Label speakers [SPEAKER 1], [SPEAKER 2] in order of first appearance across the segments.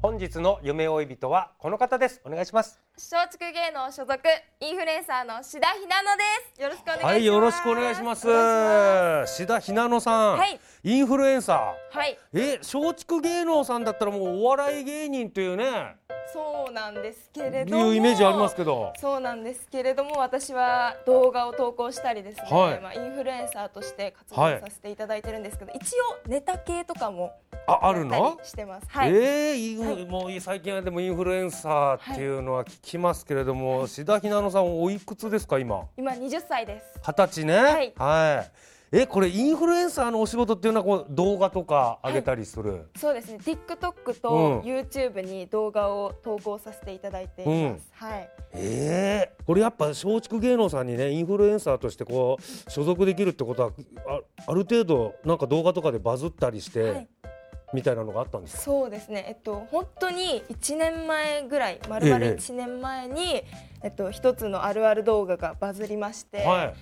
[SPEAKER 1] 本日の夢追い人はこの方ですお願いします
[SPEAKER 2] 松竹芸能所属インフルエンサーの志田ひなのですよろしくお願いします
[SPEAKER 1] はいよろしくお願いします
[SPEAKER 2] お願いし
[SPEAKER 1] 志田ひなのさん、
[SPEAKER 2] はい
[SPEAKER 1] インフルエンサ
[SPEAKER 2] ますはい
[SPEAKER 1] ーえ松竹芸能さんだったらもうお笑い芸人というね
[SPEAKER 2] そうなんですけれ
[SPEAKER 1] い
[SPEAKER 2] ども
[SPEAKER 1] うイメージありますけど
[SPEAKER 2] そうなんですけれども私は動画を投稿したりですね、
[SPEAKER 1] はい
[SPEAKER 2] まあ、インフルエンサーとして活
[SPEAKER 1] はい
[SPEAKER 2] 動させていただいてるんですけど、一応ネタ系とかも
[SPEAKER 1] ああ
[SPEAKER 2] や
[SPEAKER 1] る
[SPEAKER 2] ったり
[SPEAKER 1] の
[SPEAKER 2] してますはい、
[SPEAKER 1] ええインフ
[SPEAKER 2] はい
[SPEAKER 1] もう最近はでもインフルエンサーっていうのは聞きますけれども、志田ひなのさんおいくつですか今
[SPEAKER 2] 今20歳です
[SPEAKER 1] 二十歳ね
[SPEAKER 2] はい
[SPEAKER 1] いえこれインフルエンサーのお仕事っていうのはこう動画とか上げたりする、
[SPEAKER 2] そうですね TikTok
[SPEAKER 1] うん
[SPEAKER 2] と YouTube に動画を投稿させていただいています、はい
[SPEAKER 1] ええこれやっぱ松竹芸能さんにねインフルエンサーとしてこう所属できるってことはあある程度なんか動画とかでバズったりして、
[SPEAKER 2] はい
[SPEAKER 1] みたいなのがあったんですか
[SPEAKER 2] そうですね、えっと、本当に1年前ぐらい、まるま
[SPEAKER 1] ええ
[SPEAKER 2] る1年前に、えっと、一つのあるある動画がバズりまして、
[SPEAKER 1] はい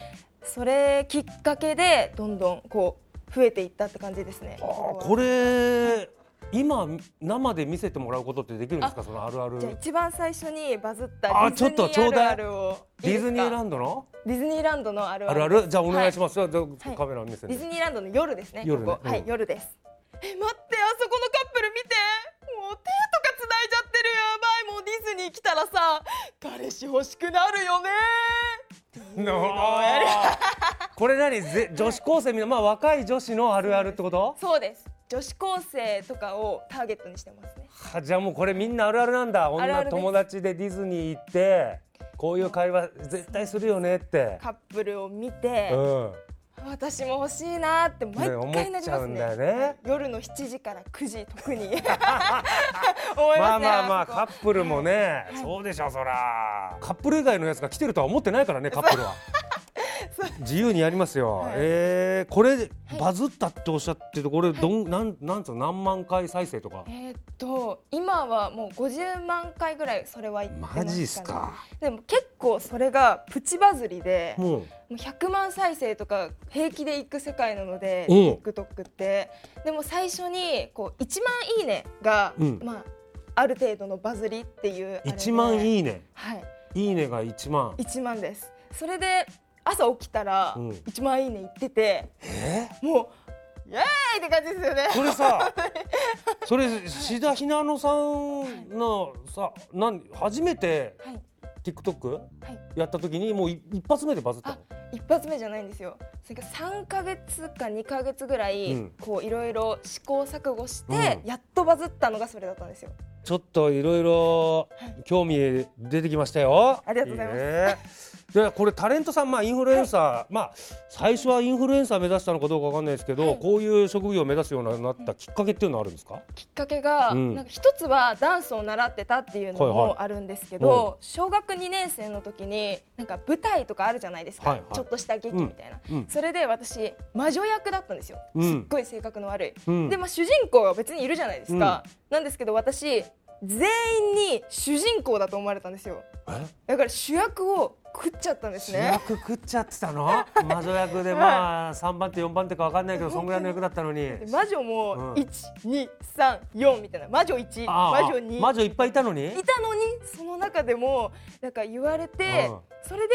[SPEAKER 2] それきっかけで、どんどんこう増えていったって感じですね。
[SPEAKER 1] あこれ今生で見せてもらうことってできるんですかそのあるある
[SPEAKER 2] じゃあ一番最初にバズった
[SPEAKER 1] あ
[SPEAKER 2] ディズニ
[SPEAKER 1] ちょっとちょう
[SPEAKER 2] ー
[SPEAKER 1] だい
[SPEAKER 2] あるあるを
[SPEAKER 1] ディズニーラ
[SPEAKER 2] ン
[SPEAKER 1] ンドの
[SPEAKER 2] ドディズニーランドのある
[SPEAKER 1] あ
[SPEAKER 2] あ
[SPEAKER 1] る
[SPEAKER 2] る
[SPEAKER 1] あるじゃあお願いし
[SPEAKER 2] は
[SPEAKER 1] ます、じゃあ
[SPEAKER 2] はい
[SPEAKER 1] カメラ見せて、
[SPEAKER 2] ディズニーランドの夜ですね
[SPEAKER 1] 夜ね
[SPEAKER 2] ここはい、
[SPEAKER 1] うん
[SPEAKER 2] 夜ですえ待ってあそこのカップル見てもう手とかつないじゃってるやばいもうディズニー来たらさ彼氏欲しくなるよね
[SPEAKER 1] あー これ何ぜ女子高生みんな、まあ、若い女子のあるあるってこと
[SPEAKER 2] そうです女子高生とかをターゲットにしてますね
[SPEAKER 1] はじゃあもうこれみんなあるあるなんだ女
[SPEAKER 2] あるあるです
[SPEAKER 1] 友達でディズニー行ってこういう会話絶対するよねって、
[SPEAKER 2] カップルを見て、
[SPEAKER 1] うん、
[SPEAKER 2] 私も欲しいなって毎回なります
[SPEAKER 1] ね
[SPEAKER 2] ね
[SPEAKER 1] 思っちゃうんだよね
[SPEAKER 2] 夜の7時から9時 特に思いますね
[SPEAKER 1] まあまあまあカ
[SPEAKER 2] そこ
[SPEAKER 1] ップルもね、そうでしょそらカップル以外のやつが来てるとは思ってないからねカップ ルは自由にやりますよ、
[SPEAKER 2] はい
[SPEAKER 1] えーこれ、バズったっておっしゃっててこれどん、なんなんつうの何万回再生とか
[SPEAKER 2] えーっと今はもう50万回ぐらいそれは言ってます
[SPEAKER 1] マジっすか
[SPEAKER 2] でも結構それがプチバズりでも
[SPEAKER 1] もう
[SPEAKER 2] う100万再生とか平気でいく世界なので
[SPEAKER 1] うん
[SPEAKER 2] TikTok ってでも最初にこう1万いいねが、
[SPEAKER 1] うん
[SPEAKER 2] まあ、ある程度のバズりっていうあれで
[SPEAKER 1] 1万いいね
[SPEAKER 2] はい
[SPEAKER 1] いいねが1万
[SPEAKER 2] 1万ですそれで朝起きたら
[SPEAKER 1] うん
[SPEAKER 2] 1万いいねいってて、もうイエーイって感じですよね
[SPEAKER 1] それ さそれ志田ひなのさんのさなん初めて
[SPEAKER 2] はい
[SPEAKER 1] TikTok
[SPEAKER 2] はい
[SPEAKER 1] やった時にもうい一発目でバズったの
[SPEAKER 2] 一発目じゃないんですよそれが3か月か2か月ぐらい、
[SPEAKER 1] うん
[SPEAKER 2] こういろいろ試行錯誤して、
[SPEAKER 1] うん
[SPEAKER 2] やっとバズったのがそれだったんですよ
[SPEAKER 1] ちょっといろいろ興味出てきましたよ
[SPEAKER 2] ありがとうございます
[SPEAKER 1] すでこれタレントさん、まあ、インフルエンサー、まあ、最初はインフルエンサー目指したのかどうかわかんないですけど、
[SPEAKER 2] はい
[SPEAKER 1] こういう職業を目指すようになったきっかけっていうのはあるんですか、
[SPEAKER 2] きっかけが、
[SPEAKER 1] うん
[SPEAKER 2] なんか一つはダンスを習ってたっていうの
[SPEAKER 1] はいはい
[SPEAKER 2] もあるんですけど、
[SPEAKER 1] う
[SPEAKER 2] 小学2年生の時になんか舞台とかあるじゃないですか、
[SPEAKER 1] はいはい
[SPEAKER 2] ちょっとした劇みたいな、
[SPEAKER 1] うんうん
[SPEAKER 2] それで私魔女役だったんですよ、
[SPEAKER 1] うん
[SPEAKER 2] すっごい性格の悪い、
[SPEAKER 1] うん
[SPEAKER 2] で、まあ、主人公は別にいるじゃないですか、なんですけど私全員に主人公だと思われたんですよだから主役を食っちゃったんです
[SPEAKER 1] 主
[SPEAKER 2] ね
[SPEAKER 1] 役食っちゃってたの魔女役でまあ3番手4番手かわかんないけどそんぐらいの役だったのに
[SPEAKER 2] で魔女
[SPEAKER 1] うん
[SPEAKER 2] も1234みたいな魔女1
[SPEAKER 1] ああ
[SPEAKER 2] 魔女2
[SPEAKER 1] 魔女いっぱいいたのに
[SPEAKER 2] いたのにその中でもなんか言われて、
[SPEAKER 1] う
[SPEAKER 2] それで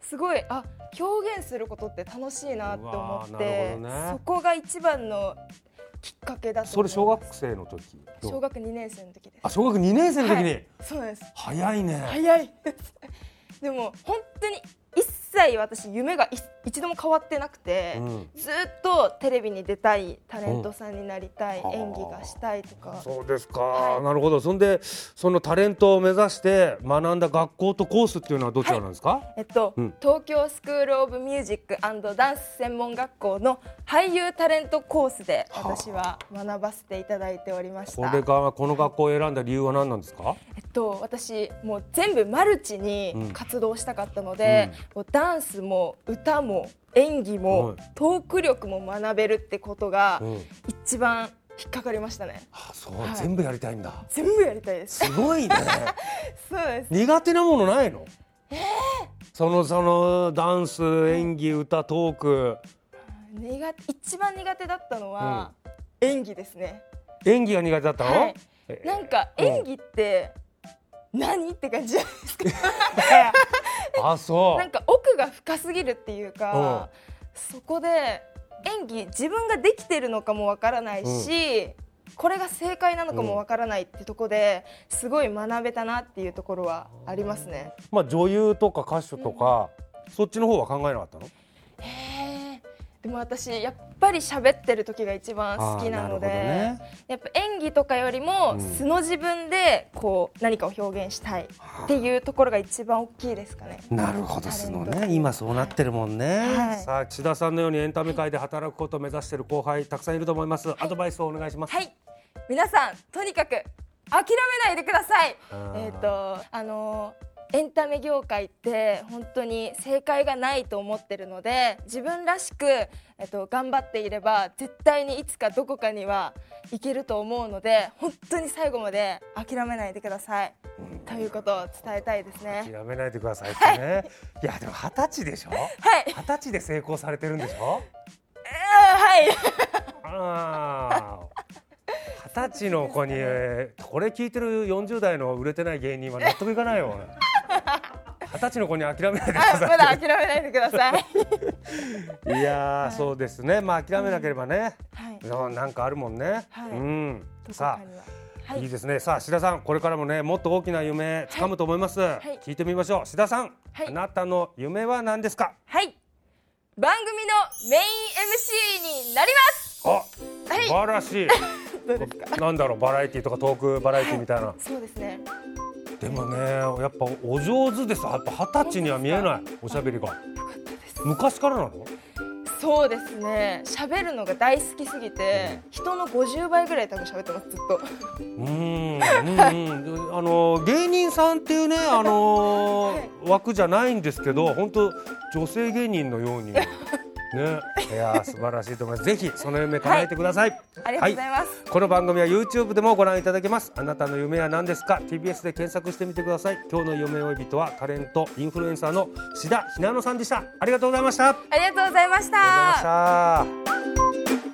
[SPEAKER 2] すごいあ表現することって楽しいなって思
[SPEAKER 1] う
[SPEAKER 2] っ
[SPEAKER 1] わーなる
[SPEAKER 2] て、
[SPEAKER 1] ほどね
[SPEAKER 2] そこが一番のきっかけだと思います
[SPEAKER 1] それ小学生の時どう
[SPEAKER 2] 小学2年生の時です
[SPEAKER 1] あ小学2年生の時に、
[SPEAKER 2] はいそうなんです
[SPEAKER 1] 早いね、
[SPEAKER 2] 早いです でも本当に一切私夢がい一度も変わってなくて、
[SPEAKER 1] うん
[SPEAKER 2] ずっとテレビに出たいタレントさんになりたい、演技がしたいとか
[SPEAKER 1] そうですか、
[SPEAKER 2] はい
[SPEAKER 1] なるほどそんでそのタレントを目指して学んだ学校とコースっていうのはどちらなんですか、
[SPEAKER 2] えっと、
[SPEAKER 1] うん
[SPEAKER 2] 東京スクール・オブ・ミュージックダンス専門学校の俳優タレントコースで私は学ばせていただいておりまし
[SPEAKER 1] こ
[SPEAKER 2] た
[SPEAKER 1] れ。がこの学校を選んだ理由は何なんですか
[SPEAKER 2] えっと、私もう全部マルチに活動したかったので、もうダンスも歌も演技も、
[SPEAKER 1] はい
[SPEAKER 2] トーク力も学べるってことが
[SPEAKER 1] うん
[SPEAKER 2] 一番引っかかりましたね。
[SPEAKER 1] あそう、
[SPEAKER 2] はい
[SPEAKER 1] 全部やりたいんだ
[SPEAKER 2] 全部やりたいです。
[SPEAKER 1] すごいね
[SPEAKER 2] そうです。
[SPEAKER 1] 苦手なものないの、そのそのダンス演技歌トーク
[SPEAKER 2] 苦手一番苦手だったのは、演技ですね。
[SPEAKER 1] 演技が苦手だったの、
[SPEAKER 2] はい
[SPEAKER 1] え
[SPEAKER 2] なんか演技って何って感じじゃないですか。
[SPEAKER 1] あそ
[SPEAKER 2] なん
[SPEAKER 1] う
[SPEAKER 2] か奥が深すぎるっていうか、そこで演技自分ができてるのかもわからないし、これが正解なのかもわからないってとこですごい学べたなっていうところはありますね。
[SPEAKER 1] まあ女優とか歌手とか、そっちの方は考えなかったの
[SPEAKER 2] でも私やっぱり喋ってる時が一番好きなので
[SPEAKER 1] あーなるほどね
[SPEAKER 2] やっぱ演技とかよりも
[SPEAKER 1] うん
[SPEAKER 2] 素の自分でこう何かを表現したいっていうところが一番大きいですかね。
[SPEAKER 1] なるほど
[SPEAKER 2] タレ
[SPEAKER 1] す
[SPEAKER 2] ン
[SPEAKER 1] の
[SPEAKER 2] ト
[SPEAKER 1] ね今そうなってるもんね、
[SPEAKER 2] はい
[SPEAKER 1] さあ岸田さんのようにエンタメ界で働くことを目指している後輩たくさんいると思います、アドバイスをお願いします、
[SPEAKER 2] はい、皆さんとにかく諦めないでください
[SPEAKER 1] あ。ー
[SPEAKER 2] えっ、とあのエンタメ業界って本当に正解がないと思ってるので自分らしく、えっと、頑張っていれば絶対にいつかどこかには行けると思うので本当に最後まで諦めないでください、ということを伝えたいですね。
[SPEAKER 1] 諦めないでくださいってね、 い、やでも二十歳でしょ
[SPEAKER 2] はい、
[SPEAKER 1] 二十歳で成功されてるんでしょ
[SPEAKER 2] あーはい
[SPEAKER 1] ああ二十歳の子に、えーこれ聞いてる40代の売れてない芸人は納得いかないよ二十歳の子に諦めないでくだ
[SPEAKER 2] あ
[SPEAKER 1] さい
[SPEAKER 2] まだ諦めないでください。
[SPEAKER 1] いやー、そうですねまあ諦めなければね、
[SPEAKER 2] はい、
[SPEAKER 1] ななんかあるもんね、
[SPEAKER 2] はい
[SPEAKER 1] うんさあ、
[SPEAKER 2] はい
[SPEAKER 1] い
[SPEAKER 2] い、
[SPEAKER 1] ですねさあ志田さんこれからもねもっと大きな夢掴むと思います、
[SPEAKER 2] い
[SPEAKER 1] 聞いてみましょう志田さん、
[SPEAKER 2] はい
[SPEAKER 1] あなたの夢は何ですか
[SPEAKER 2] はい、番組のメイン MC になります。
[SPEAKER 1] あ、素晴らしい
[SPEAKER 2] どうですか。
[SPEAKER 1] なんだろうバラエティとかトークバラエティみたいな、
[SPEAKER 2] そうですね。
[SPEAKER 1] でもねやっぱお上手ですやっぱ二十歳には見えないおしゃべりが昔からなの
[SPEAKER 2] そうですね。喋るのが大好きすぎて、人の50倍ぐらい多分喋ってます。ずっと。
[SPEAKER 1] うーん、うんうん、あの芸人さんって いうね、あの
[SPEAKER 2] はい
[SPEAKER 1] 枠じゃないんですけど、本当女性芸人の ように。ね、いやー素晴らしいと思います。ぜひその夢叶えてください。
[SPEAKER 2] ありがとうございます。
[SPEAKER 1] はいこの番組は YouTube でもご覧いただけます。あなたの夢は何ですか？TBS で検索してみてください。今日の夢追い人はタレントインフルエンサーの志田ひなのさんでした。ありがとうございました。ありがとう
[SPEAKER 2] ありがとうございまし
[SPEAKER 1] ご
[SPEAKER 2] た。
[SPEAKER 1] ざいました。